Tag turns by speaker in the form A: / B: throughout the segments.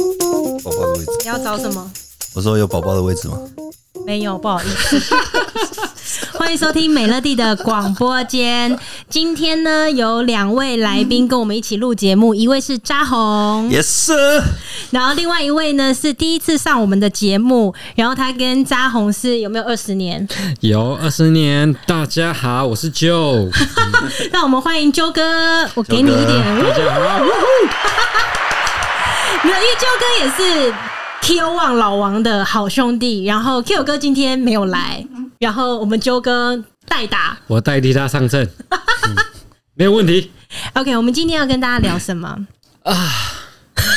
A: 宝宝的位置。
B: 你要找什么？
A: 我说有宝宝的位置吗？
B: 没有，不好意思。 欢迎收听美乐蒂的广播间。今天呢，有两位来宾跟我们一起录节目，一位是扎红，
A: 也是，
B: 然后另外一位呢是第一次上我们的节目。然后他跟扎红是有没有二十 年？
C: 有二十年，大家好，我是 Joe，
B: 让我们欢迎啾哥，我给你一点。
C: 大家好，
B: 没有，因为啾哥也是 Q 望老王的好兄弟，然后 Q 哥今天没有来，然后我们啾哥代打。
C: 我代替他上阵， 嗯没有问题。
B: OK，我们今天要跟大家聊什么啊？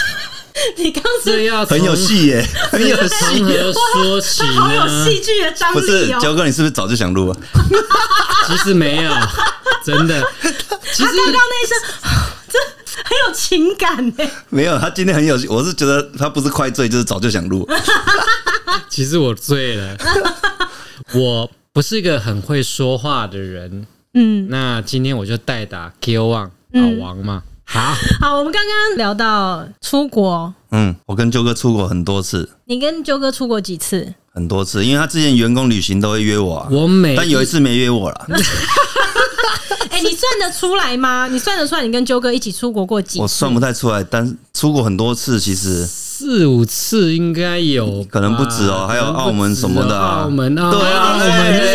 B: 你刚
C: 这
B: 是
C: 要从
A: 很有，戏耶，很有戏
C: 从
A: 耶。
C: 何说起
B: 他好有
C: 呢？
B: 戏剧的张
A: 不是
B: 力哦、
A: 焦哥，你是不是早就想录啊？
C: 其实没有，真的，其
B: 他刚
C: 实
B: 刚那一声， 这很有情感欸呢、
A: 没有，他今天很有戏。我是觉得他不是快醉，就是早就想录。
C: 其实我醉了，我不是一个很会说话的人，
B: 嗯，
C: 那今天我就代打 Q 王
A: 嗯
C: 老王嘛，好，
B: 好，我们刚刚聊到出国，
A: 嗯，我跟焦哥出国很多次，
B: 你跟啾哥出国几 次？
A: 很多次，因为他之前员工旅行都会约我、啊，
C: 我每
A: 但有一次没约我了。
B: 哎、你算得出来吗？你算得出来你跟啾哥一起出国过几
A: 我
B: 次？
A: 算不太出来，但是出国很多次，其实
C: 四五次应该有吧，
A: 可能不止哦还有
C: 可能不止
A: 澳门什么的啊
C: 澳门澳
A: 对啊，
C: 澳
A: 哎
C: 门
A: 哎
C: 呢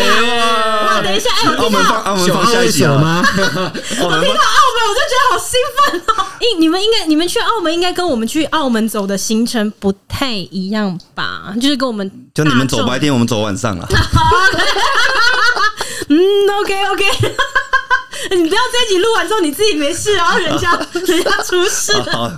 B: 哇，等一下，哎、我
A: 澳
B: 听
A: 门
B: 到
A: 放澳门放下一集啊
C: 小
A: 了
C: 澳手
A: 澳
C: 吗？
A: 门放
B: 到澳门，我就觉得好兴奋 哦！应你们应该，你们去澳门应该跟我们去澳门走的行程不太一样吧？就是跟我们
A: 就你们
B: 大众
A: 走白天，我们走晚上了。
B: 嗯，OK OK，你不要这一集录完之后你自己没事，然后人 家人家出事。
A: 好，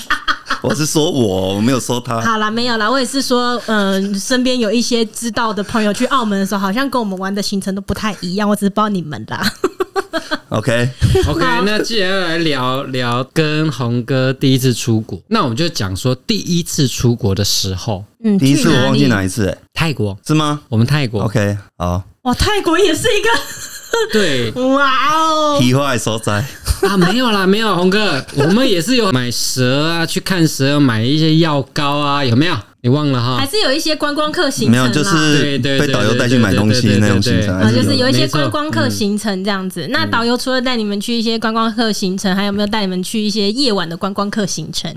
A: 我是说我，我没有说他。
B: 好啦，没有啦，我也是说，嗯、身边有一些知道的朋友去澳门的时候，好像跟我们玩的行程都不太一样，我只是帮你们啦。
A: OK，
C: OK，那既然要来聊聊跟红哥第一次出国，那我们就讲说第一次出国的时候，
B: 嗯，
A: 第一次
B: 去
A: 我忘记
B: 里
A: 哪一次、欸，
C: 泰国，
A: 是吗
C: 我们泰国
A: ？OK，好，
B: 哇，泰国也是一个
C: 对
B: 哇哦，
A: 皮坏所在，
C: 啊，没有啦，没有红哥，我们也是有买蛇啊，去看蛇，买一些药膏啊，有没有？你忘了哈
B: 还？是有一些观光客行
A: 没
B: 程啦。
A: 有，就是
C: 对对对
A: 被导游带去买东西
C: 对对对
A: 那种
C: 对
A: 行
C: 对对
A: 程，
B: 啊，
A: 还
B: 就是是有一些
C: 没错
B: 观光客行程这样子。那导游除了带你们去一些观光客行程，还有没有带你们去一些夜晚的观光客行程？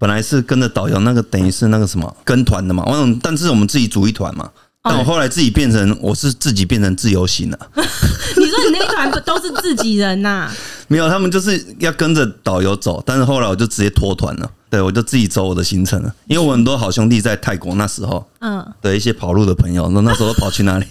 A: 本来是跟着导游，那个等于是那个什么跟团的嘛，我想但是我们自己组一团嘛。
B: 哦
A: 但我后来自己变成，我是自己变成自由行了，
B: 你说你那一团不都是自己人呐、
A: 没有，他们就是要跟着导游走，但是后来我就直接脱团了，对我就自己走我的行程了，因为我很多好兄弟在泰国那时候，
B: 嗯，
A: 的一些跑路的朋友，那那时候跑去哪里？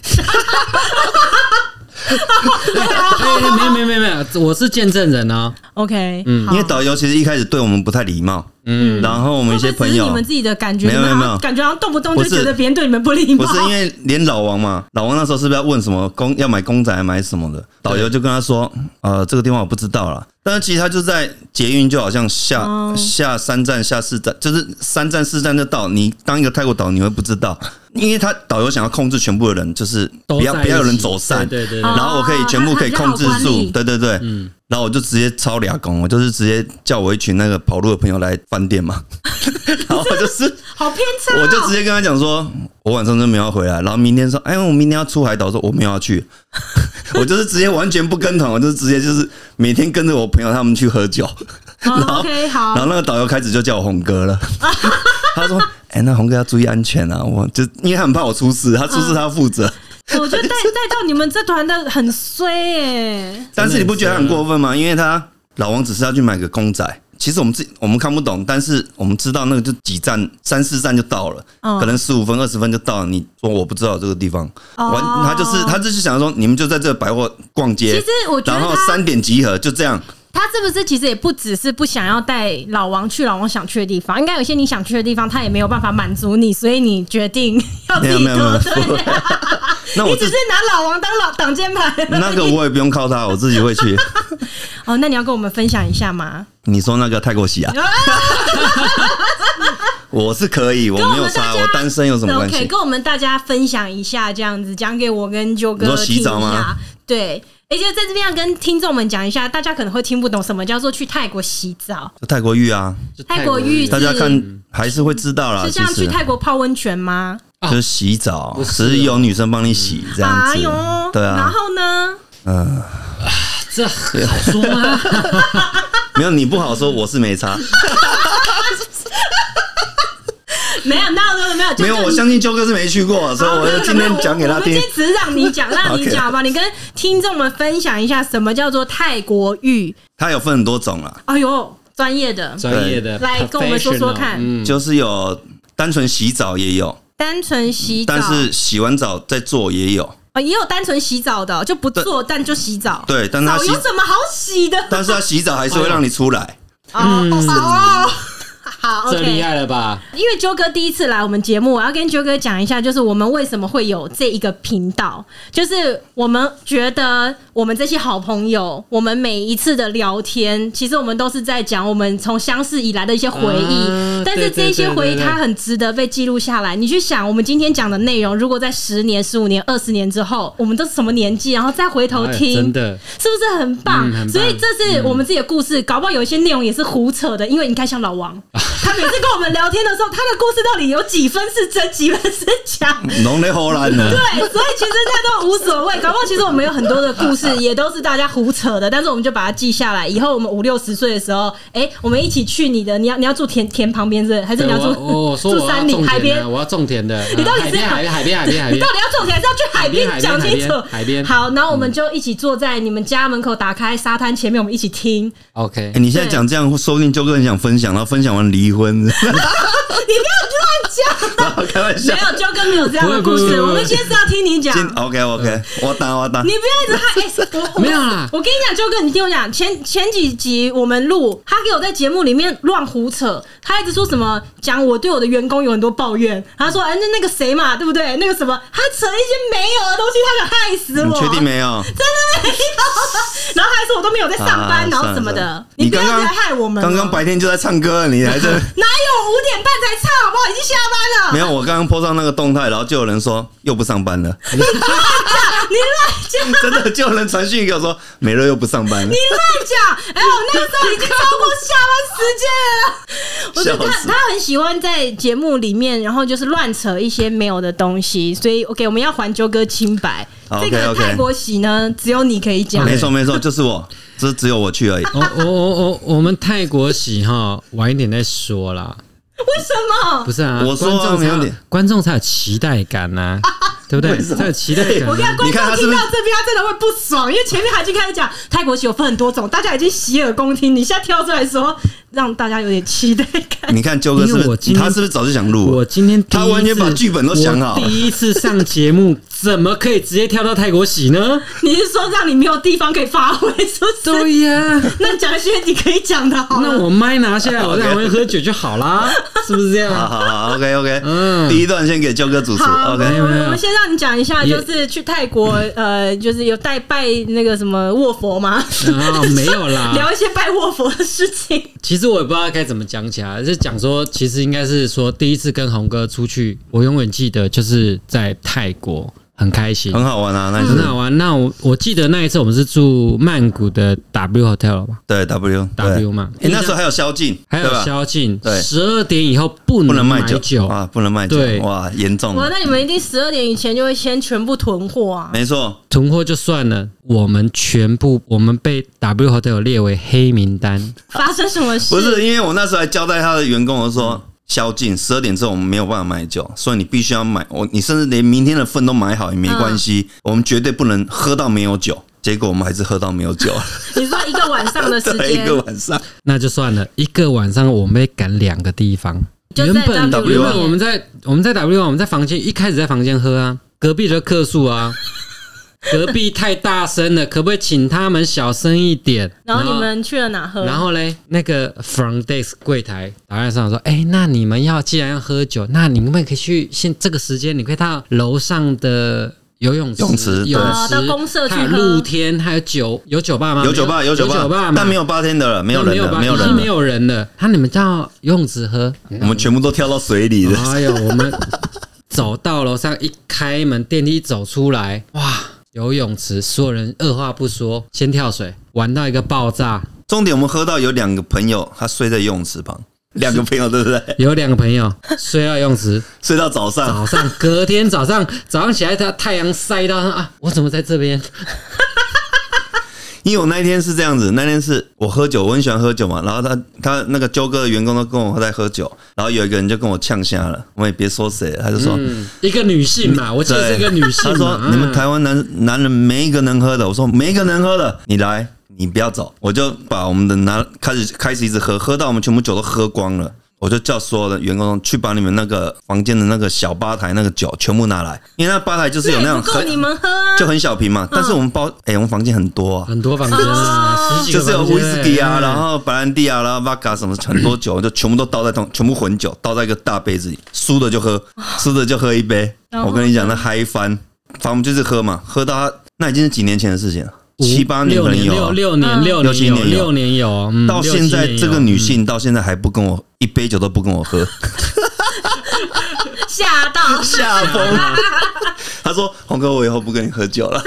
C: 哎、没有没有没有没有，我是见证人哦。
B: ，OK，嗯，
A: 因为导游其实一开始对我们不太礼貌，嗯，然后我们一些朋
B: 会不会只是
A: 友
B: 你们自己的感觉，
A: 没有
B: 你们好
A: 没有没有
B: 像感觉好像动不动就
A: 不是
B: 觉得别人对你们不礼貌，
A: 不是因为连老王嘛，老王那时候是不是要问什么公要买公仔还买什么的？导游就跟他说，呃，这个地方我不知道啦。但是其实他就在捷运，就好像下、
B: 哦
A: 下三站、下四站，就是三站、四站就到。你当一个泰国导，你会不知道，因为他导游想要控制全部的人，就是
C: 都
A: 不要
C: 在
A: 不要有
C: 一起
A: 人走散，
C: 对对对对
A: 然后我可以全部可以控制
B: 哦他比较好管
A: 住
B: 理，
A: 对对对，然后我就直接抄俩工，我就是直接叫我一群那个跑路的朋友来饭店嘛， 然后我就是。
B: 好偏差、哦，
A: 我就直接跟他讲说，我晚上就没有要回来，然后明天说，哎，我明天要出海岛，我说我没有要去， 我就是直接完全不跟团，我就直接就是每天跟着我朋友他们去喝酒，
B: 哦、OK 好
A: 然，后那个导游开始就叫我红哥 了，他说，哎，那红哥要注意安全啊，我就因为他很怕我出事，他出事他负责，
B: 哎我 觉得带带到你们这团的很衰哎、
A: 但是你不觉得他很过分吗？因为他老王只是要去买个公仔。其实我们自己我们看不懂，但是我们知道那个就几站三四站就到了，
B: 嗯
A: 可能十五分二十分就到了。你说我不知道这个地方，
B: 哦
A: 完他就是他就是想说你们就在这个百货逛街，
B: 其实我觉得
A: 然后
B: 他
A: 三点集合就这样。
B: 他是不是其实也不只是不想要带老王去老王想去的地方？应该有一些你想去的地方，他也没有办法满足你，所以你决定要自
A: 没有
B: 己
A: 没有没有
B: 做。对，啊
A: 那我
B: 你只
A: 自
B: 是拿老王当老挡箭牌。
A: 那个我也不用靠 他，我自己会去。
B: 哦，那你要跟我们分享一下吗？
A: 你说那个泰国洗 啊？我是可以，我
B: 跟我
A: 没有
B: 们大
A: 差，
B: 家
A: 我单身有什么关
B: OK，
A: 系？
B: 跟我们大家分享一下，这样子讲给我跟九
A: 你
B: 哥
A: 说
B: 听
A: 洗
B: 一
A: 澡吗
B: 下。对，而且在这边要跟听众们讲一下，大家可能会听不懂什么叫做去泰国洗澡，
A: 就泰国浴啊，
C: 就
B: 泰国浴
A: 大
B: 是
A: 家看还是会知道啦。
B: 是
A: 啊其
B: 像去
A: 实
B: 泰国泡温泉吗？
C: 啊
A: 就是洗澡
C: 不，是
A: 只是有女生帮你洗这样
B: 哎
A: 子
B: 呦，。
A: 对
B: 然
A: 啊，
B: 后呢？
A: 嗯，
C: 这好说 吗？
A: 没有你不好说，我是没差。
B: 没有，那没有没有，就
A: 没有，
B: 就
A: 我相信啾哥是没去过，所以
B: 好
A: 我就今
B: 没有
A: 天
B: 没有
A: 讲给他
B: 我们今
A: 听。
B: 天只是让你讲，让你
A: OK
B: 讲吧。你跟听众们分享一下什么叫做泰国浴。
A: 它有分很多种啊啦，
B: 哎呦，专业的，
C: 专业的
B: 来跟我们说说看
C: professional，嗯
A: 就是有单纯洗澡也有，
B: 单纯洗澡，
A: 但是洗完澡再做也有。
B: 哦，也有单纯洗澡的，哦就不做但就洗澡。
A: 对，但是他
B: 澡
A: 洗，
B: 有什么好洗的？
A: 但是他洗澡还是会让你出来。
B: 哦
C: 嗯
B: 哦，好
C: 这厉
B: ，OK。
C: 害了吧？
B: 因为啾哥第一次来我们节目，我啊要跟啾哥讲一下，就是我们为什么会有这一个频道，就是我们觉得我们这些好朋友，我们每一次的聊天，其实我们都是在讲我们从相识以来的一些回忆，
C: 啊
B: 但是
C: 对对
B: 这些
C: 对对
B: 回忆
C: 对
B: 它很值得被记录下来。你去想，我们今天讲的内容，如果在十年、十五年、二十年之后，我们都是什么年纪，然后再回头
C: 哎
B: 听，
C: 真的，
B: 是不是很棒？
C: 嗯很棒
B: 所以这是我们自己的故事，搞不好有一些内容也是胡扯的，因为你看像老 王，他每次跟我们聊天的时候，他的故事到底有几分是真，几分是 假？
A: 农雷荷兰呢？
B: 对，所以其实那都无所谓，搞不好其实我们有很多的故事也都是大家胡扯的，但是我们就把它记下来，以后我们五六十岁的时候，哎、我们一起去你的，你要你要住田田旁边是不是还是
C: 对
B: 你要
C: 我
B: 住
C: 我哦我 说
B: 住
C: 我要
B: 山里
C: 种
B: 海
C: 田啊
B: 边
C: 的，？我要种田的。
B: 你到底
C: 海
B: 是
C: 边海边海边海边海
B: 你
C: 边
B: 到，底要种田还是要去海边？
C: 海边
B: 讲清楚。
C: 海边海边
B: 好，然后我们就一起坐在你们家门口，打开沙滩前面，我们一起听。
C: OK，
A: 哎，你现在讲这样，说不定啾哥很想分享，然后分享完离婚，
B: 你不要乱讲。
A: 开玩
B: 没
A: 笑。
B: 有，就跟没有这样的故
C: 不会不会
B: 事。
C: 不会
B: 我们先是要听你讲，
A: 今
B: 你
A: OK OK，我打我打，
B: 不要一直害。 哎我我
C: 没有啦
B: 我跟你讲，就跟你听我讲，前前几集我们录，他给我在节目里面乱胡扯，他一直说什么讲我对我的员工有很多抱怨，他说哎那那个谁嘛，对不对？那个什么，他扯一些没有的东西，他想害死
A: 你确
B: 我。
A: 定没有？
B: 然后他还说我都没有在上
A: 啊
B: 班，然后什么
A: 算
B: 的
A: 了，
B: 你
A: 你
B: 不要
A: 刚
B: 一直
A: 刚
B: 来害我们哦。
A: 刚刚白天就在唱歌 了，你还在
B: 哪有五点半才唱好不好？已经下班了
A: 没。有？我刚刚 po 上那个动态，然后就有人说又不上班 了，
B: 你乱讲。
A: 真的就有人传讯给我说美乐又不上班了
B: 你。乱讲！哎、我那个时候已经超过下 班时间了。我觉得
A: 笑
B: 他
A: 死
B: 他很喜欢在节目里面，然后就是乱扯一些没有的东西，所以 OK，我们要还纠哥清白。
A: 好
B: 这个
A: OK，OK
B: 泰国洗呢，只有你可以讲。
A: 没错没错，就是我，这只有我去 而已。
C: 我我我我我们泰国洗哈，晚一点再说啦。
B: 为什么
C: 不？是啊，
A: 我说啊
C: 观众才
A: 没有
C: 有
A: 点
C: 观众才有期待感呐、对不对？才有期待感、
B: 我跟
C: 啊。
B: 观
A: 你看
B: 众
A: 他是
B: 听
A: 不是
B: 到这边，他真的会不爽，因为前面还就开始讲泰国洗有分很多种，大家已经洗耳恭听。你现在跳出来说，让大家有点期待感。
A: 你看啾哥是
C: 因为
A: 不
C: 我
A: 是
C: 今
A: 他
C: 天
A: 是不是早就想录了？
C: 我今天第一
A: 他完全
C: 次
A: 把剧本都想好
C: 我
A: 了
C: 第一次上节目，怎么可以直接跳到泰国洗呢？
B: 你是说让你没有地方可以发挥，是 不是？
C: 对呀、
B: 那讲一些你可以讲的好了。
C: 那我麦拿下来，我在旁边喝酒就好啦，是不是这
A: 好
C: 样？
A: 好好，OK OK，
C: 嗯
A: 第一段先给啾哥主持
B: 好，我
A: ，OK。
B: 们我们先让你讲一下，
C: 也
B: 就是去泰国，呃，就是有拜拜那个什么卧佛吗？
C: 啊，没有啦。
B: 聊一些拜卧佛的事情。
A: 嗯
C: 其实我也不知道该怎么讲起来，就讲说，其实应该是说第一次跟红哥出去，我永远记得就是在泰国，很开心，
A: 很好玩啊，那
C: 很
A: 是
C: 好玩。那我我记得那一次我们是住曼谷的 W Hotel 吧
A: 对 W 对
C: ，W 嘛，
A: 诶那时候还有宵禁，
C: 还
A: 对
C: 有
A: 吧？
C: 宵禁，
A: 对
C: 十二点以后不
A: 不能卖
C: 买
A: 酒啊，不能卖酒
C: 对，
A: 哇，严重
B: 哇，
A: 了，
B: 那你们一定十二点以前就会先全部囤货啊！
A: 没错，
C: 囤货就算了，我们全部我们被 W Hotel 列为黑名单，
B: 发生什么事？
A: 不是因为我那时候还交代他的员工，我说宵禁十二点之后我们没有办法买酒，所以你必须要买我，你甚至连明天的份都买好也没关系，我们绝对不能喝到没有酒。结果我们还 是啊喝到没有酒，
B: 你说一个晚上的时
A: 对一
B: 间
A: 个，晚上，
C: 那就算了。一个晚上我们被赶两个地方，
B: 就在
C: 原本
B: W
C: 原
A: 里
C: 本
B: 面
C: 我们在我们在 W 我们在房间一开始在房间喝啊，隔壁的客 诉啊。隔壁太大声了，可不可以请他们小声一点？
B: 然后你们去了哪喝？
C: 然后嘞，那个 front desk 柜台打电上说：“哎、那你们要既然要喝酒，那你们可以去现这个时间，你可以到楼上的游泳池、
A: 泳池对
C: 泳
B: 哦到公社去
C: 还有
B: 喝
C: 露天，还有酒，有酒吧吗？
A: 有酒吧，
C: 没有
A: 有酒
C: 吧，
A: 吧，
C: 嘛
A: 但没有八天的了，没有
C: 那
A: 人了，
C: 吧
A: 没有
C: 已经
A: 人
C: 没
A: 了，
C: 有人了。他你们到游泳池喝？
A: 我们全部都跳到水里了。
C: 哎呦，我们走到楼上一开门，电梯一走出来，哇！游泳池，所有人二话不说，先跳水，玩到一个爆炸。
A: 重点我们喝到有两个朋友，他睡在游泳池旁，两个朋友对不对？
C: 有两个朋友睡到游泳池，
A: 睡到早上，
C: 早上隔天早上早上起来，他太阳晒到啊，我怎么在这边？
A: 因为我那一天是这样子，那天是我喝酒，我很喜欢喝酒嘛，然后他他那个纠哥的员工都跟我在喝酒，然后有一个人就跟我呛瞎了，我也别说谁了，他就说。
C: 嗯，一个女性嘛，我记得是一个女性
A: 他说
C: 嘛。：“
A: 你们
C: 嗯
A: 台湾男男人没一个能喝的。”我说：“没一个能喝的，你来，你不要走。”我就把我们的拿开始开始一直喝，喝到我们全部酒都喝光了。我就叫所有的员工去把你们那个房间的那个小吧台那个酒全部拿来，因为那吧台就是有那
B: 那
A: 种
B: 也不够
A: 很
B: 你们喝啊，
A: 就很小瓶嘛。但是我们
C: 嗯
A: 包哎、我们房间很多啊，
C: 很多房间啊，十几
A: 就
C: 个
A: 是有
C: 房
A: 威
C: 间
A: 士
C: 哎
A: 忌啊，然后白兰地啊，然后 vodka 什么很多酒，就全部都倒在同，全部混酒倒在一个大杯子里，输的就喝，
C: 啊
A: 输的就喝一杯。
B: 然后
A: 我跟你讲，那嗨翻，反正我们就是喝嘛，喝到他那已经是几年前的事情了，
C: 五
A: 七八年
C: 六
A: 可能有
C: 六
A: 啊。
C: 六年
B: 嗯
C: 六
A: 六七
C: 年有
A: 年有
C: 六年有，嗯
A: 到现在，这个。
C: 六七年有嗯
A: 女性到现在还不跟我一杯酒都不跟我 喝，
B: 吓到。
A: 吓疯。 她说：“红哥，我以后不跟你喝酒了。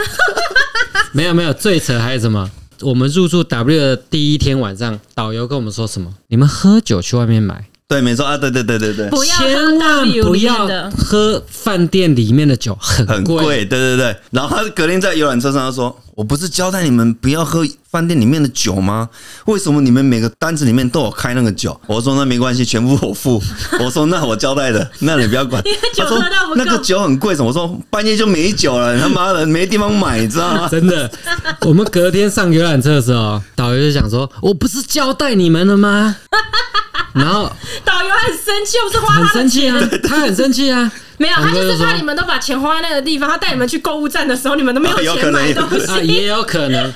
C: 没有没有，最扯还有什么？我们入住 W 的第一天晚上，导游跟我们说什么？你们喝酒去外面买，”
A: 对，没错啊，对对对对对，
B: 不要喝
C: 千万
B: W
C: 不
B: 里面
C: 要
B: 的
C: 喝饭店里面的酒，很
A: 很
C: 贵。
A: 贵，对对对。然后他隔天在游览车上，他说：“我不是交代你们不要喝饭店里面的酒吗？为什么你们每个单子里面都有开那个酒？”我说：“那没关系，全部我付。” 我说：“那我交代的，那你不要 管。”他
B: 酒
A: 说
B: 喝到：“不够
A: 那个酒很贵，什么？”我说：“半夜就没酒了，你他妈的没地方买，啊你知道吗
C: 真的，我们隔天上游览车的时候，导游就想说：“我不是交代你们了吗？”然后
B: 导游很生气，我是花
C: 很
B: 他的
C: 生气啊，他很生气啊，
B: 没有，他就是
C: 说
B: 怕你们都把钱花在那个地方，他带你们去购物站的时候，你 们都没
A: 哦 有可
B: 钱
A: 能
B: 买
A: 有可能
B: 东西。
C: 啊，也有可能。啊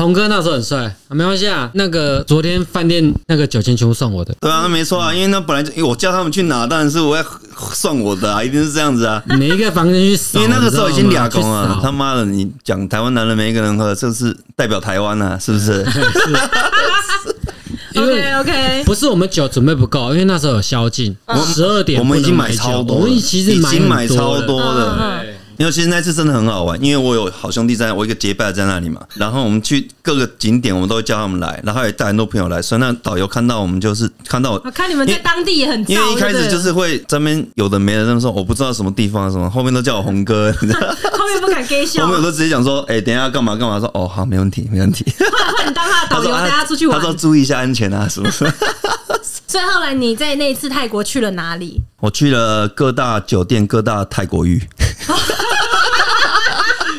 C: 红哥那时候很帅，啊没关系啊。那个昨天饭店那个酒钱全部算我的？”，
A: 对啊，没错啊，因为那本来就因为我叫他们去拿，当然是我要算我的啊，一定是这样子啊。
C: 每一个房间去扫，
A: 因为那个时候已经
C: 你知
A: 俩
C: 道吗
A: 公了，
C: 去
A: 他
C: 扫
A: 妈的，你讲台湾男人没一个人喝，这是代表台湾啊，是不 是？
C: 因为
B: OK OK，
C: 不是我们酒准备不够，因为那时候有宵禁，十二点
A: 我们已经
C: 不能
A: 买超多了，
C: 酒我们其实
A: 已经买
C: 买很
A: 超
C: 了
A: 多
B: 嗯嗯
A: 了。
B: 嗯
A: 因为其实那次真的很好玩，因为我有好兄弟在，我一个结拜在那里嘛。然后我们去各个景点，我们都会叫他们来，然后也带很多朋友来。所以那导游看到我们就是看到
B: 我
A: 我，
B: 啊看你们在当地也很燥
A: 因为一开
B: 对
A: 始
B: 不
A: 就
B: 对
A: 是会这边有的没的，他们说我不知道什么地方什么，后面都叫我红 哥，你知道。
B: 后面不敢 gay 笑
A: 后， 面我都直接讲说，哎、等一下干嘛干嘛，说哦好，没问题，没问题。
B: 怕你当他的
A: 他
B: 导游
A: 说啊
B: 带他出去
A: 他
B: 玩。
A: 说注意一下安全啊，什么什么。
B: 所以后来你在那一次泰国去了哪里？
A: 我去了各大酒店、各大泰国浴，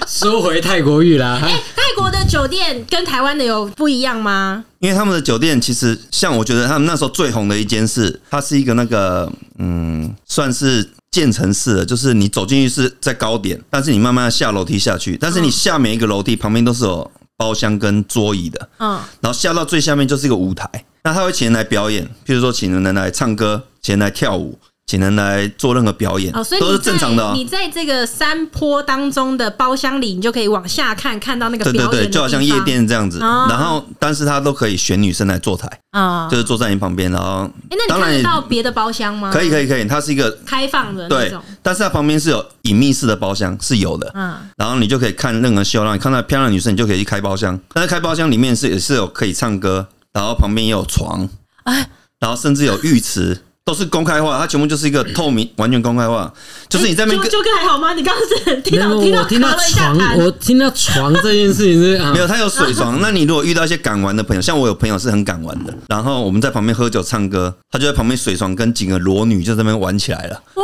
C: 收回泰国浴啦。
B: 哎、泰国的酒店跟台湾的有不一样吗？
A: 因为他们的酒店其实像我觉得他们那时候最红的一间是，它是一个那个嗯，算是建成式的，就是你走进去是在高点，但是你慢慢地下楼梯下去，但
B: 嗯
A: 是你下每一个楼梯旁边都是有包厢跟桌椅的，
B: 嗯，
A: 然后下到最下面就是一个舞台，那他会请人来表演，譬如说请人来唱歌，请人来跳舞，请人来做任何表演，
B: 哦，所以你
A: 都
B: 在
A: 是正常的、哦。
B: 你在这个山坡当中的包厢里，你就可以往下看，看到那个
A: 对
B: 表
A: 对
B: 演
A: 对，
B: 的
A: 就好像夜店这样子，
B: 哦
A: 然后但是他都可以选女生来坐台，
B: 啊。
A: 就是坐在你旁边，然后
B: 哎、那
A: 当
B: 你
A: 然
B: 看
A: 也
B: 得到别的包厢吗？
A: 可以可以可以，它是一个
B: 开放的那
A: 对
B: 种。，
A: 但是它旁边是有隐秘式的包厢是有的，
B: 嗯，
A: 然后你就可以看任何秀，让你看到漂亮的女生，你就可以去开包厢。但是开包厢里面是也是有可以唱歌，然后旁边也有床，
B: 哎
A: 然后甚至有浴池，都是公开化，它全部就是一个透明，完全公开化，就是你在那边
B: 就
A: 跟
B: 就还好吗？你刚刚是听
C: 没
B: 到
C: 有，
B: 听
C: 我
B: 到
C: 听到
B: 咳了一下痰
C: 床，我听到床这件事情是啊
A: 没，有，它有 水床。那你如果遇到一些敢玩的朋友，像我有朋友是很敢玩的，然后我们在旁边喝酒唱歌，他就在旁边水床跟几个裸女就在那边玩起来了。
B: 哇，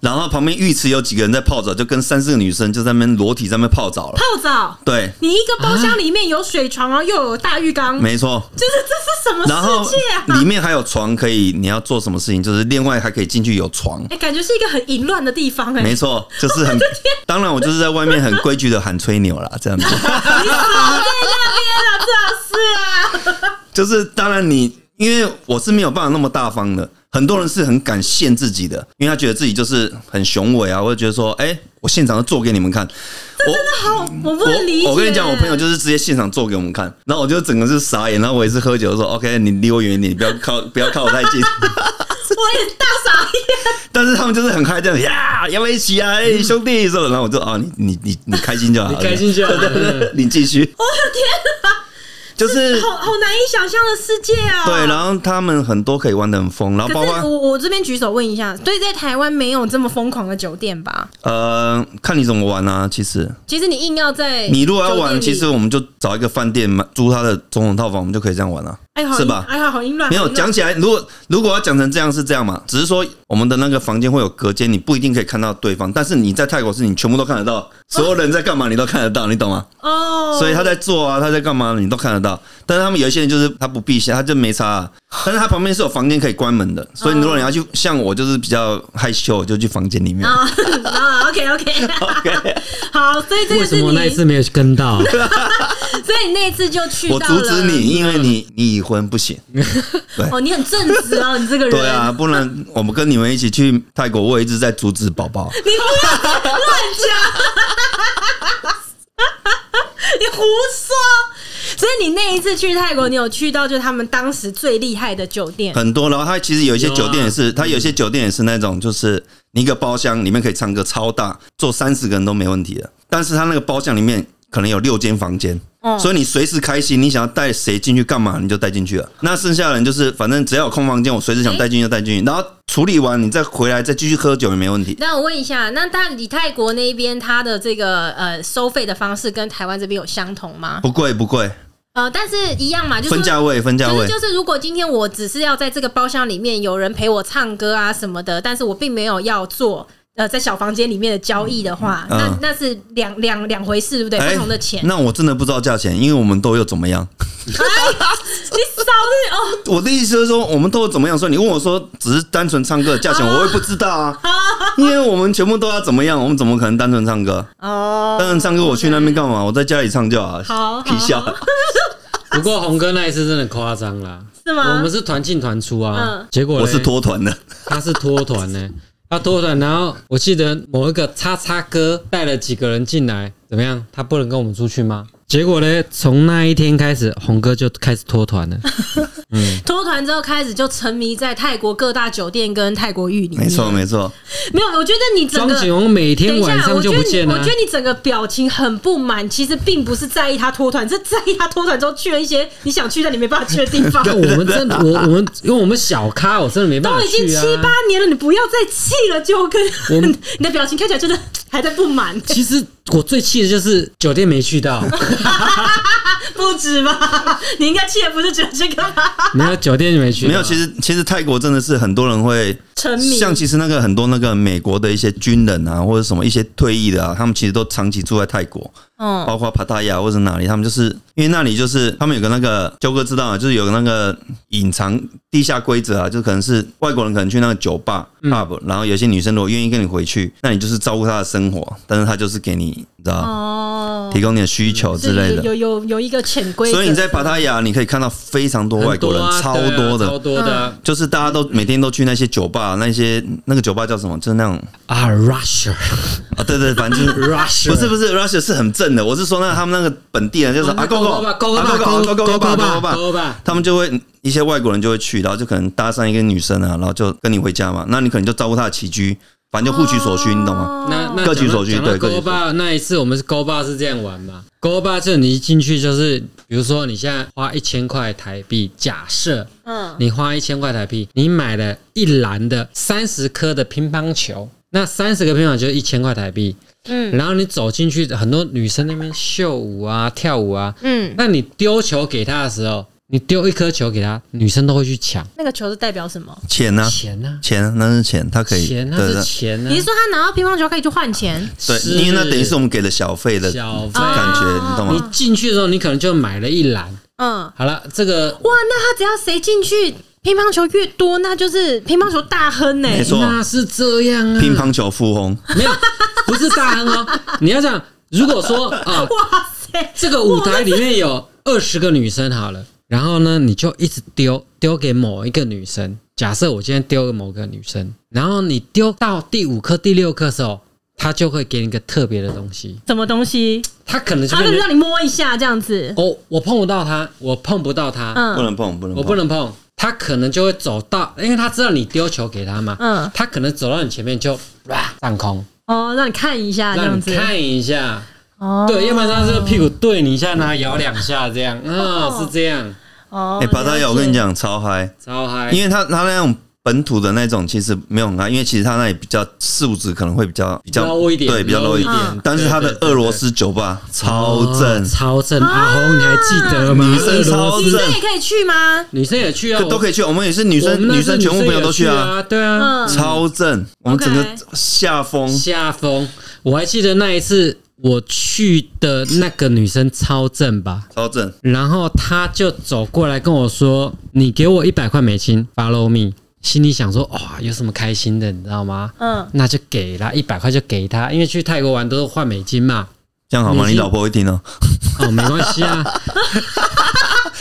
A: 然后旁边浴池有几个人在泡澡，就跟三四个女生就在那边裸体在那边泡澡了。
B: 泡澡。
A: 对，
B: 你一个包厢里面有水床，然后又有大浴缸，
A: 没错。
B: 就是这是什么
A: 然后
B: 世界啊？
A: 里面还有床可以，你要做什么事情，就是另外还可以进去有床。
B: 哎、感觉是一个很淫乱的地方哎、
A: 没错，就是很当然，我就是在外面很规矩的喊吹牛啦，这样子。
B: 是啊，啊
A: 就是当然你，因为我是没有办法那么大方的，很多人是很敢限自己的，因为他觉得自己就是很雄伟啊，或者觉得说，哎、我现场要做给你们看。我
B: 好，我不能理解。
A: 我我跟你讲，我朋友就是直接现场做给我们看，然后我就整个是傻眼，然后我也是喝酒说，OK，你离我远一点，你不要靠 不要靠我太近。
B: 我也大傻眼。
A: 但是他们就是很开这样呀，要不要一起啊？哎、兄弟，什么？然后我就啊，你你你你开心就好，
C: 你开心就好
A: 对对对 你继续，
B: 我的天啊，
A: 就是
B: 好啊好难以想象的世界啊！
A: 对。然后他们很多可以玩的很疯，然后包
B: 可是
A: 括
B: 我我这边举手问一下，所以在台湾没有这么疯狂的酒店吧？
A: 呃，看你怎么玩啊。其实
B: 其实你硬要在
A: 你如果要
B: 哎酒店
A: 玩，
B: 里
A: 其实我们就找一个饭店买租他的总统套房，我们就可以这样玩啊了、
B: 哎好
A: 是吧
B: 哎呀好淫 乱，
A: 没有
B: 好淫乱
A: 讲起来，如果如果要讲成这样是这样嘛，只是说我们的那个房间会有隔间，你不一定可以看到对方，但是你在泰国是你全部都看得到，所有人在干嘛你都看得到，你懂吗？
B: 哦，
A: 所以他在做啊，他在干嘛，你都看得到。但是他们有一些人就是他不避嫌，他就没差、啊。
B: 哦
A: 但是他旁边是有房间可以关门的，所以如果你要去，像我就是比较害羞，我就去房间里面。
B: 啊 啊 OK OK，好， 所以这
C: 为
B: 个
C: 什
B: 是
C: 么我那一
B: 你，
C: 次没有 跟到？
B: 啊所以你那一次就去到
A: 我
B: 了
A: 阻止你，因为你你已婚不行。
B: 哦，你很正直哦，你这个人
A: 对啊，不然我们跟你们一起去泰国，我也一直在阻止宝宝。
B: 你不要乱讲，你胡说。所以你那一次去泰国，你有去到就是他们当时最厉害的酒店，
A: 很多，然后它其实有一些
C: 有啊
A: 酒店也是，它有些酒店也是那种，就是你一个包厢里面可以唱歌超大，坐三十个人都没问题的。但是它那个包厢里面可能有六间房间，
B: 嗯
A: 所以你随时开心，你想要带谁进去干嘛你就带进去了。那剩下的人就是反正只要有空房间，我随时想带进去就带进去，然后处理完你再回来再继续喝酒也没问题。
B: 那我问一下，那他你泰国那边他的这个呃收费的方式跟台湾这边有相同吗？
A: 不贵不贵，
B: 呃，但是一样嘛，就是
A: 分
B: 说
A: 价位分价
B: 就是
A: 位，
B: 就是，如果今天我只是要在这个包厢里面有人陪我唱歌啊什么的，但是我并没有要做呃在小房间里面的交易的话，
A: 嗯嗯
B: 那那是两两两回事，对不对？
A: 哎
B: 不同的钱，
A: 那我真的不知道价钱，因为我们都有怎么样。
B: 哎你少那哦，
A: 我的意思就是说，我们都有怎么样说？你问我说，只是单纯唱歌的价钱，我会不知道啊， 因为我们全部都要怎么样，我们怎么可能单纯唱歌？
B: 哦，
A: 单纯唱歌，我去那边干嘛？我在家里唱就好了。
B: 好
A: 皮笑
B: 好，
C: 不过红哥那一次真的夸张啦，
B: 是吗？
C: 我们是团进团出啊
B: 嗯，
C: 结果嘞
A: 我是，脱团的，
C: 他是脱团呢，他脱团，然后我记得某一个叉叉哥带了几个人进来，怎么样？他不能跟我们出去吗？结果嘞，从那一天开始，红哥就开始 脱团了。
B: 脱团之后开始就沉迷在泰国各大酒店跟泰国浴里面，
A: 没错没错。
B: 没有，我觉得你整
C: 庄
B: 个。
C: 景宏每
B: 等
C: 天
B: 一下
C: 晚，
B: 我
C: 上
B: 觉
C: 就
B: 得
C: 不
B: 你，
C: 见
B: 我
C: 了啊
B: 觉得，你整个表情很不满，其实并不是在意他脱团，是在意他脱团之后去了一些你想去但你没办法去的地 方。
C: 那我们真的我我们因为我们小咖，我真的没办
B: 都
C: 法
B: 已经
C: 去
B: 七八
C: 啊。
B: 年了，你不要再气了，就跟
C: 我们
B: 你的表情看起来真的还在不满，
C: 其实我最气的就是酒店没去到，
B: 不止吧？你应该气的不是只有这个吧？
C: 没有酒店没去到，
A: 没有，其实其实泰国真的是很多人会
B: 沉迷
A: 像其实那个很多那个美国的一些军人啊，或者什么一些退役的啊，他们其实都长期住在泰国，
B: 嗯
A: 包括帕塔亚或者哪里，他们就是因为那里就是他们有个那个周哥知道啊，就是有个那个隐藏地下规则啊，就可能是外国人可能去那个酒吧 pub，、然
B: 嗯
A: 后有些女生如果愿意跟你回去，那你就是照顾她的生活，但是她就是给你你知道、
B: 哦，
A: 提供你的需求之类
B: 有
A: 的。
B: 有有一个潜规则，
A: 所以你在帕塔亚，你可以看到非常多外
C: 很
A: 国
C: 多
A: 人，
C: 啊
A: 超
C: 对啊
A: 多的，
C: 超多的
B: 嗯
C: 啊
A: 就是大家都每天都去那些酒吧，那些那个酒吧叫什么？就是那种
C: 啊，Russia
A: 啊，对对，反正就是
C: Russia
A: 不是不是，Russia 是很正的。我是说，那他们那个本地人就是
C: 啊
A: 啊，Go 啊 Go Go
C: 吧吧
A: Go Go Go Go 吧 Go 吧
C: Go 吧，
A: 他们就会一些外国人就会去，然后就可能搭讪一个女生啊，然后就跟你回家嘛，那你可能就照顾她的起居，反正就互取所需，你懂
B: 哦
A: 吗？
C: 那那
A: 各取所需对各取所需
C: 勾吧那一次我们是勾吧是这样玩嘛？勾吧就你一进去就是，比如说你现在花一千块台币，假设
B: 嗯，
C: 你花一千块台币，你买了一篮的三十颗的乒乓球，那三十个乒乓球一千块台币，
B: 嗯
C: 嗯，然后你走进去，很多女生那边秀舞啊、跳舞啊，
B: 嗯，
C: 那你丢球给她的时候，你丢一颗球给她，女生都会去抢
B: 那个球是代表什么？
A: 钱呢？
C: 钱啊，
A: 钱那是钱，他可以
C: 钱那
A: 对
C: 是
A: 对
C: 钱啊
B: 你，是说他拿到乒乓球可以去换钱？
A: 对，因为那等于是我们给的小费的
C: 小费哦
A: 感觉，
B: 啊
A: 你懂
C: 你
A: 吗？
C: 进去的时候，你可能就买了一篮。
B: 嗯，
C: 好了，这个
B: 哇，那他只要谁进去乒乓球越多，那就是乒乓球大亨呢、欸
A: 没错
C: 那是这样啊，
A: 乒乓球富翁，
C: 没有，不是大亨哦。 你要想，如果说啊，
B: 哇塞，
C: 这个舞台里面有二十个女生好了，然后呢，你就一直丢丢给某一个女生，假设我今天丢了某个女生，然后你丢到第五颗、第六颗的时候，她就会给你一个特别的东西，
B: 什么东西？
C: 她可能就
B: 他
C: 变
B: 就
C: 成
B: 让你摸一下这样子，
C: 哦，我碰不到她，我碰不到她，
A: 不
B: 嗯
A: 能碰，不能碰，
C: 我不能碰，她可能就会走到，因为她知道你丢球给她嘛，
B: 嗯，
C: 她可能走到你前面就哇上空，
B: 哦，让你看一下这
C: 让
B: 样
C: 你
B: 子，
C: 看一下，
B: 哦，
C: 对，要不然她这个屁股对你一下，然后摇两下这样，啊，是这样，
B: 哦，
A: 哎，把他
B: 了
A: 咬，
B: 解
A: 我跟你，讲超嗨，
C: 超嗨，
A: 因为他他那种本土的那种其实没有很嗨，因为其实他那里比较素质可能会比较比较
C: low 一点
A: 对，比较
C: low
A: low 一
C: 一
A: 点
C: 点。
A: 但是他的俄罗斯酒吧超正
C: 哦，超
B: 啊
C: 正！阿红，你还记得吗？
A: 女生超
C: 俄罗
B: 女
C: 斯
B: 生也可以去吗？
C: 女生也去啊，
A: 都可
C: 以。
A: 以去。我们也是女
C: 我
A: 生，
C: 们那
A: 女
C: 是
A: 生全部朋友都
C: 去
A: 去啊，，
C: 对啊。
B: 嗯，
A: 超正。我们整个
B: OK
A: 下风，
B: 嗯
C: 下风，我还记得那一次我去的那个女生超正吧，
A: 超正。
C: 然后她就走过来跟我说：“你给我一百块美金，follow me。”心里想说：“哇、有什么开心的，你知道吗？”
B: 嗯，
C: 那就给啦，一百块就给她，因为去泰国玩都是换美金嘛。
A: 这样好吗？
C: 你
A: 你
C: 是
A: 老婆会听哦。
C: 哦，没关系啊，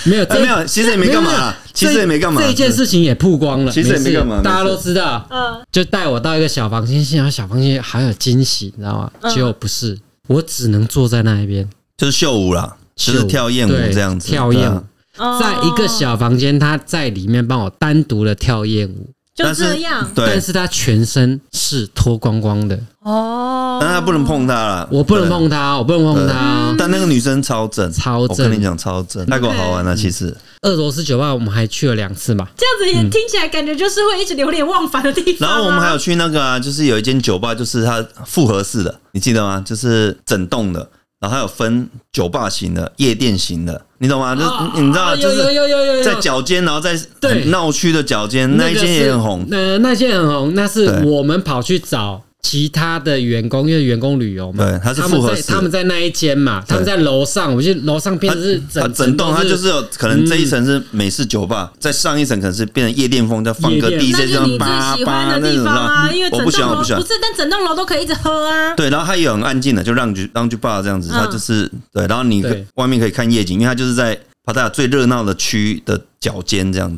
C: 没有，
A: 哎
C: 这
A: 没有，其实也没干嘛啦，其实也没干嘛。
C: 这一件事情也曝光了，
A: 其实也没
C: 事
A: 干嘛没事
C: 大家都知道。
B: 嗯，
C: 就带我到一个小房间，心想小房间还有惊喜，你知道吗？
B: 嗯
C: 结果不是，我只能坐在那一边，
A: 就是秀舞啦，就是跳艳舞
C: 对
A: 这样子，
C: 跳
A: 对
C: 艳
A: 啊
C: 舞，
B: 哦
C: 在一个小房间，他在里面帮我单独的跳艳舞，
B: 就
A: 但是
B: 这样
A: 对
C: 但，是他全身是脱光光的，
B: 哦，
A: 但他不能碰她啦，
C: 我不能
A: 对。
C: 碰他，哦我不能碰他。
A: 但那个女生超正，
C: 超正
A: 我跟你讲超正，泰国好玩啊，其实。
C: 俄罗斯酒吧我们还去了两次嘛，
B: 这样子也听起来感觉就是会一直流连忘返的地方
A: 嗯然
B: 啊。
A: 后我们还有去那个啊，就是有一间酒吧，就是它复合式的，你记得吗？就是整栋的，然后还有分酒吧型的、夜店型的，你懂吗？就是你知道，
C: 啊
A: 就
C: 有
A: 是
C: 有有有有有
A: 在脚尖，然后在
C: 对
A: 闹区的脚尖那一间也很红，
C: 呃，那间很红，那是
A: 对
C: 我们跑去找其他的员工，因为员工旅游嘛，
A: 对它是
C: 他
A: 复
C: 们
A: 合
C: 在
A: 式
C: 他们在那一间嘛，他们在楼上，我记得楼上变
A: 它
C: 成是
A: 它
C: 整
A: 整栋，它
C: 都
A: 就是有可能这一层是美式酒吧，在上一层可能是变成夜店风，叫放歌
C: 夜店
A: DJ
B: 那
A: 这
B: 就
A: 样
B: 你
A: 叭
B: 最喜
A: 叭
B: 欢的
A: 那
B: 地
A: 种
B: 方啊，
A: 的
B: 因为
A: 我
B: 整
A: 不喜
B: 栋
A: 欢，我
B: 楼
A: 不喜欢。
B: 是，但整栋楼都可以一直喝啊。
A: 对，然后它也很安静的，就让局让局吧这样子，它
B: 嗯
A: 就是对，然后你可
C: 对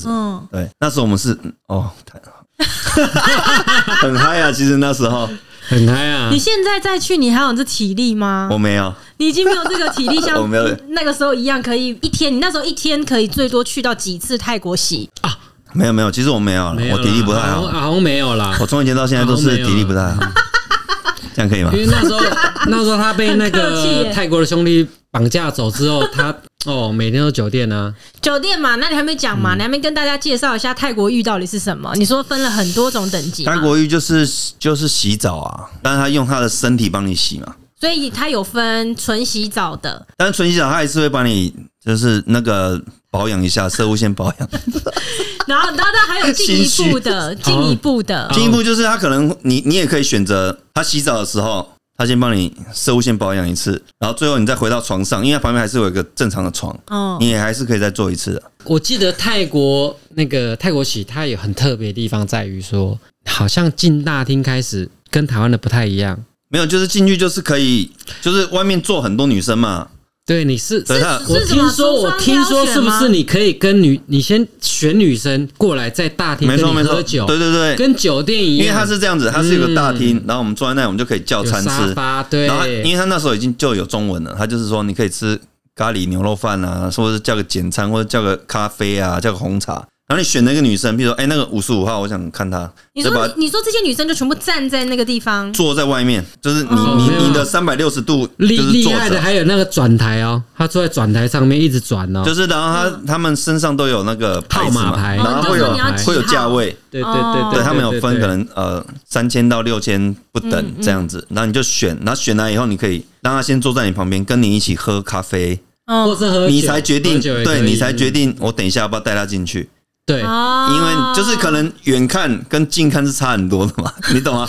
B: 嗯，
A: 对，那时候我们是嗯哦，太 很嗨啊！其实那时候
C: 很嗨啊
B: 你！现在再去，你还有这体力吗
A: 我？没有，
B: 你已经没有这个体 力，像
A: 我没有
B: 那个时候一样，可以一天。你那时候一天可以最多去到几次泰国洗？
A: 没有，没有，其实我没有了，
C: 没有
A: 我
C: 啦啊
A: 体力不太
C: 阿
A: 好
C: 红。阿红没有啦
A: 我，从以前到现在都是体力不太好，这样可以吗
C: 因？为那 时候那时候他被那
B: 很客气
C: 个
B: 耶
C: 泰国的兄弟绑架走之后，他 哦每天都酒店啊，
B: 酒店嘛，那你还没讲
A: 嗯
B: 嘛，你还没跟大家介绍一下泰国浴到底是什么？你说分了很多种等级嘛，
A: 泰国浴就是就是洗澡啊，但是他用他的身体帮你洗嘛，
B: 所以它有分纯洗澡的，
A: 但是纯洗澡他还是会帮你就是那个保养一 下，射物线保养。
B: 然后然后它还 有进一步的，进一步的，
A: 进一步就是他可能你你也可以选择他洗澡的时候。他先帮你射物线保养一次，然后最后你再回到床上，因为它旁边还是有一个正常的床，
B: 哦，
A: 啊
C: 嗯
A: 你也还是可以再做一次的。
C: 我记得泰国那个泰国洗，它有很特别的地方在于说，好像进大厅开始跟台湾的不太一样。
A: 没有，就是进去就是可以，就是外面坐很多女生嘛，
C: 对，你是
A: 对他
B: 是
C: 我听说，
B: 是什么
C: 我听
B: 从商挑
C: 说
B: 选
C: 是不
B: 吗
C: 是你可以跟女，你先选女生过来，在大厅
A: 没
C: 跟
A: 错没
C: 你
A: 错，
C: 喝酒，
A: 对对对，
C: 跟酒店一样，
A: 因为它是这样子，它是有个大厅，然后我们坐在那，我们就可以叫
C: 有
A: 餐
C: 沙
A: 吃。
C: 发，对
A: 然后它，因为他那时候已经就有中文了，他就是说你可以吃咖喱牛肉饭啊，或者是叫个简餐，或者叫个咖啡啊，叫个红茶。然后你选了一个女生，比如说哎、那个五十五号，我想看她，
B: 你
A: 就把
B: 说你你说这些女生就全部站在那个地方，
A: 坐在外面，就是你、
B: 哦
A: 你
C: 没有
A: 你的三百六十度
C: 厉
A: 就是
C: 厉
A: 坐
C: 害的
A: 着。
C: 还有那个转台哦，他坐在转台上面一直转哦，
A: 就是，然后他他们身上都有那个牌子
C: 号
A: 嘛
C: 码，牌
A: 然后会
B: 哦
A: 有
B: 就是你要几号
A: 会有价位，
C: 对对
B: 哦
C: 对
A: 对他们有
C: 对
A: 分，
C: 对嗯
A: 可能呃三千到六千不等这样子，然后你就选，然后选来以后，你可以让他先坐在你旁边，跟你一起喝咖啡，
C: 或
B: 哦
C: 是喝酒，
A: 你才决定，
C: 喝酒也可以嗯
A: 对你才决，定我等一下要不要带他进去，
C: 对，
B: 哦
A: 因为就是可能远看跟近看是差很多的嘛， 你懂吗？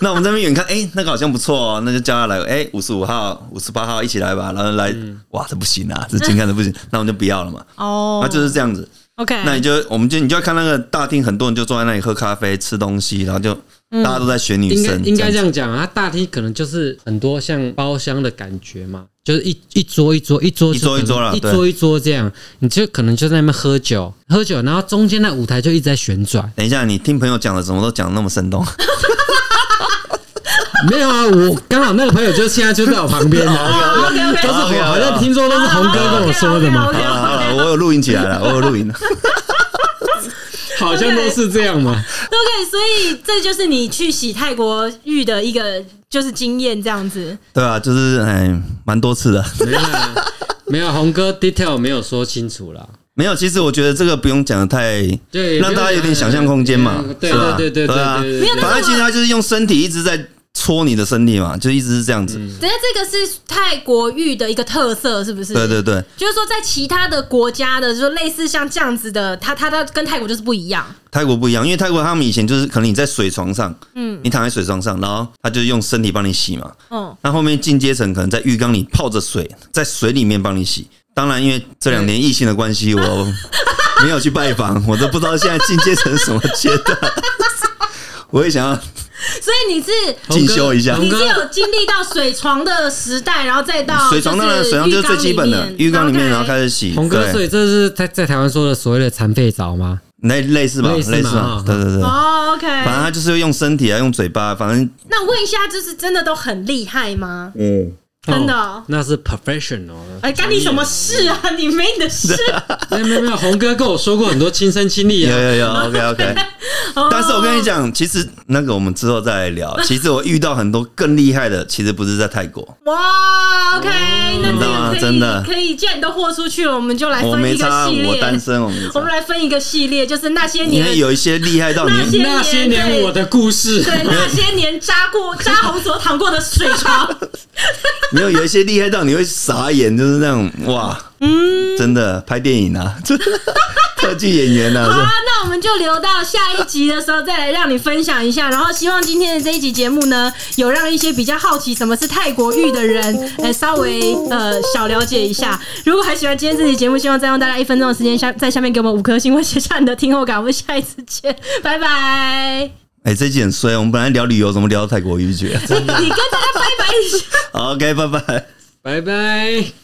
A: 那我们这边远看，哎，那个好像不错哦，那就叫他来，哎，五十五号、五十八号一起来吧，然后来，
C: 嗯
A: 哇，这不行啊，这近看这不 行，那我们就不要了嘛，
B: 哦，
A: 那就是这样子。
C: 哎
B: OK，
A: 那你就我们就你就要看那个大厅，很多人就坐在那里喝咖啡、吃东西，然后就大家都在选女
C: 嗯应该
A: 生，
C: 应该这
A: 样
C: 样讲啊，它大厅可能就是很多像包厢的感觉嘛，就是一一桌一桌一桌
A: 一桌一桌啦
C: 一
A: 对。
C: 桌一桌这样，你就可能就在那边喝酒喝酒，然后中间那舞台就一直在旋转
A: 等一下，你听朋友讲的，怎么都讲的那么生动？
C: 没有啊，我刚好那个朋友就现在就在我旁 边啊，
A: 哦
B: OK
C: 都是
B: OK，
C: 我好像听说都是红哥跟我说的嘛，
A: 好了好了，我有录音起来了，我有录音了。
C: 好像都是这样嘛。
B: OK，所以这就是你去洗泰国浴的一个就是经验，这样子。
A: 对啊，就是哎，蛮多次的。
C: 没有啊，没有红哥 detail 没有说清楚啦。
A: 没有，其实我觉得这个不用讲的太，
C: 对
A: 让大家有点想象空间嘛，
C: 哎对
A: 是吧
C: 对对对
A: 对啊
C: 对对对，
A: 反正其实他就是用身体一直在戳你的身体嘛，就一直是这样子。
C: 嗯
B: 等下这个是泰国浴的一个特色，是不是？
A: 对对对，
B: 就是说，在其他的国家的，就类似像这样子的，它它它跟泰国就是不一样。
A: 泰国不一样，因为泰国他们以前就是可能你在水床上，嗯，你躺在水床上，然后他就用身体帮你洗嘛。
B: 嗯，
A: 那后面进阶层可能在浴缸里泡着水，在水里面帮你洗。当然，因为这两年疫情的关系，我没有去拜访，我都不知道现在进阶成什么阶段。 我也想要
B: 哦所以你是
A: 进修一下
C: 红
B: 你
C: 哥
B: 是有经历到水床的时代，然后再到
A: 水床，当然水床就是最基本的，浴缸里面然后开
B: 始
A: 始洗，
C: 红哥，所
A: 对，
C: 以这是在在台湾说的所谓的残废澡吗？
A: 那类似吧，
C: 类似嘛
A: 类似吧
C: 啊，
A: 对对对。
B: 哦，OK。
A: 反正他就是用身体啊，用嘴巴，反正
B: 那问一下，就是真的都很厉害吗？
A: 嗯，
B: 真的哦
C: 那是 professional 的。
B: 哎，干你什么事啊？你没你的事。
C: 没有没有没有，红哥跟我说过很多亲身经历
A: 有
C: 啊。
A: 有 有，OK OK。
B: 哦
A: 但是我跟你讲，其实那个我们之后再来聊。其实我遇到很多更厉害的，其实不是在泰国，
B: 哦哇，OK，那这
A: 你知道
B: 个
A: 吗
B: 可以
A: 嗯真的
B: 可以，既然你都豁出去了，我们就来
A: 我
B: 分
A: 没
B: 一个
A: 差，
B: 系
A: 我
B: 列。
A: 单身，我没
B: 我们
A: 差。
B: 来分一个系列，就是那些
A: 因为
B: 年，
A: 有一些厉害到
B: 那
A: 你
B: 些
C: 那些年我的故事，
B: 对那些年扎过扎红所躺过的水床，
A: 没有有一些厉害到你会傻眼，就是那种哇，嗯，真的拍电影啊， 真的特技演员
B: 好啊
A: 啊，，
B: 那我们就留到下一集的时候再来让你分享一下。然后希望今天的这一集节目呢，有让一些比较好奇什么是泰国浴的人，呃，稍微呃小了解一下。如果还喜欢今天这期节目，希望再用大家一分钟的时间下在下面给我们五颗星，或写下你的听后感。我们下一次见，拜拜。
A: 哎、这集很衰，我们本来聊旅游，怎 么聊到泰国语去
B: 你跟大家拜拜一下。
A: ？OK，拜拜。
C: 拜拜。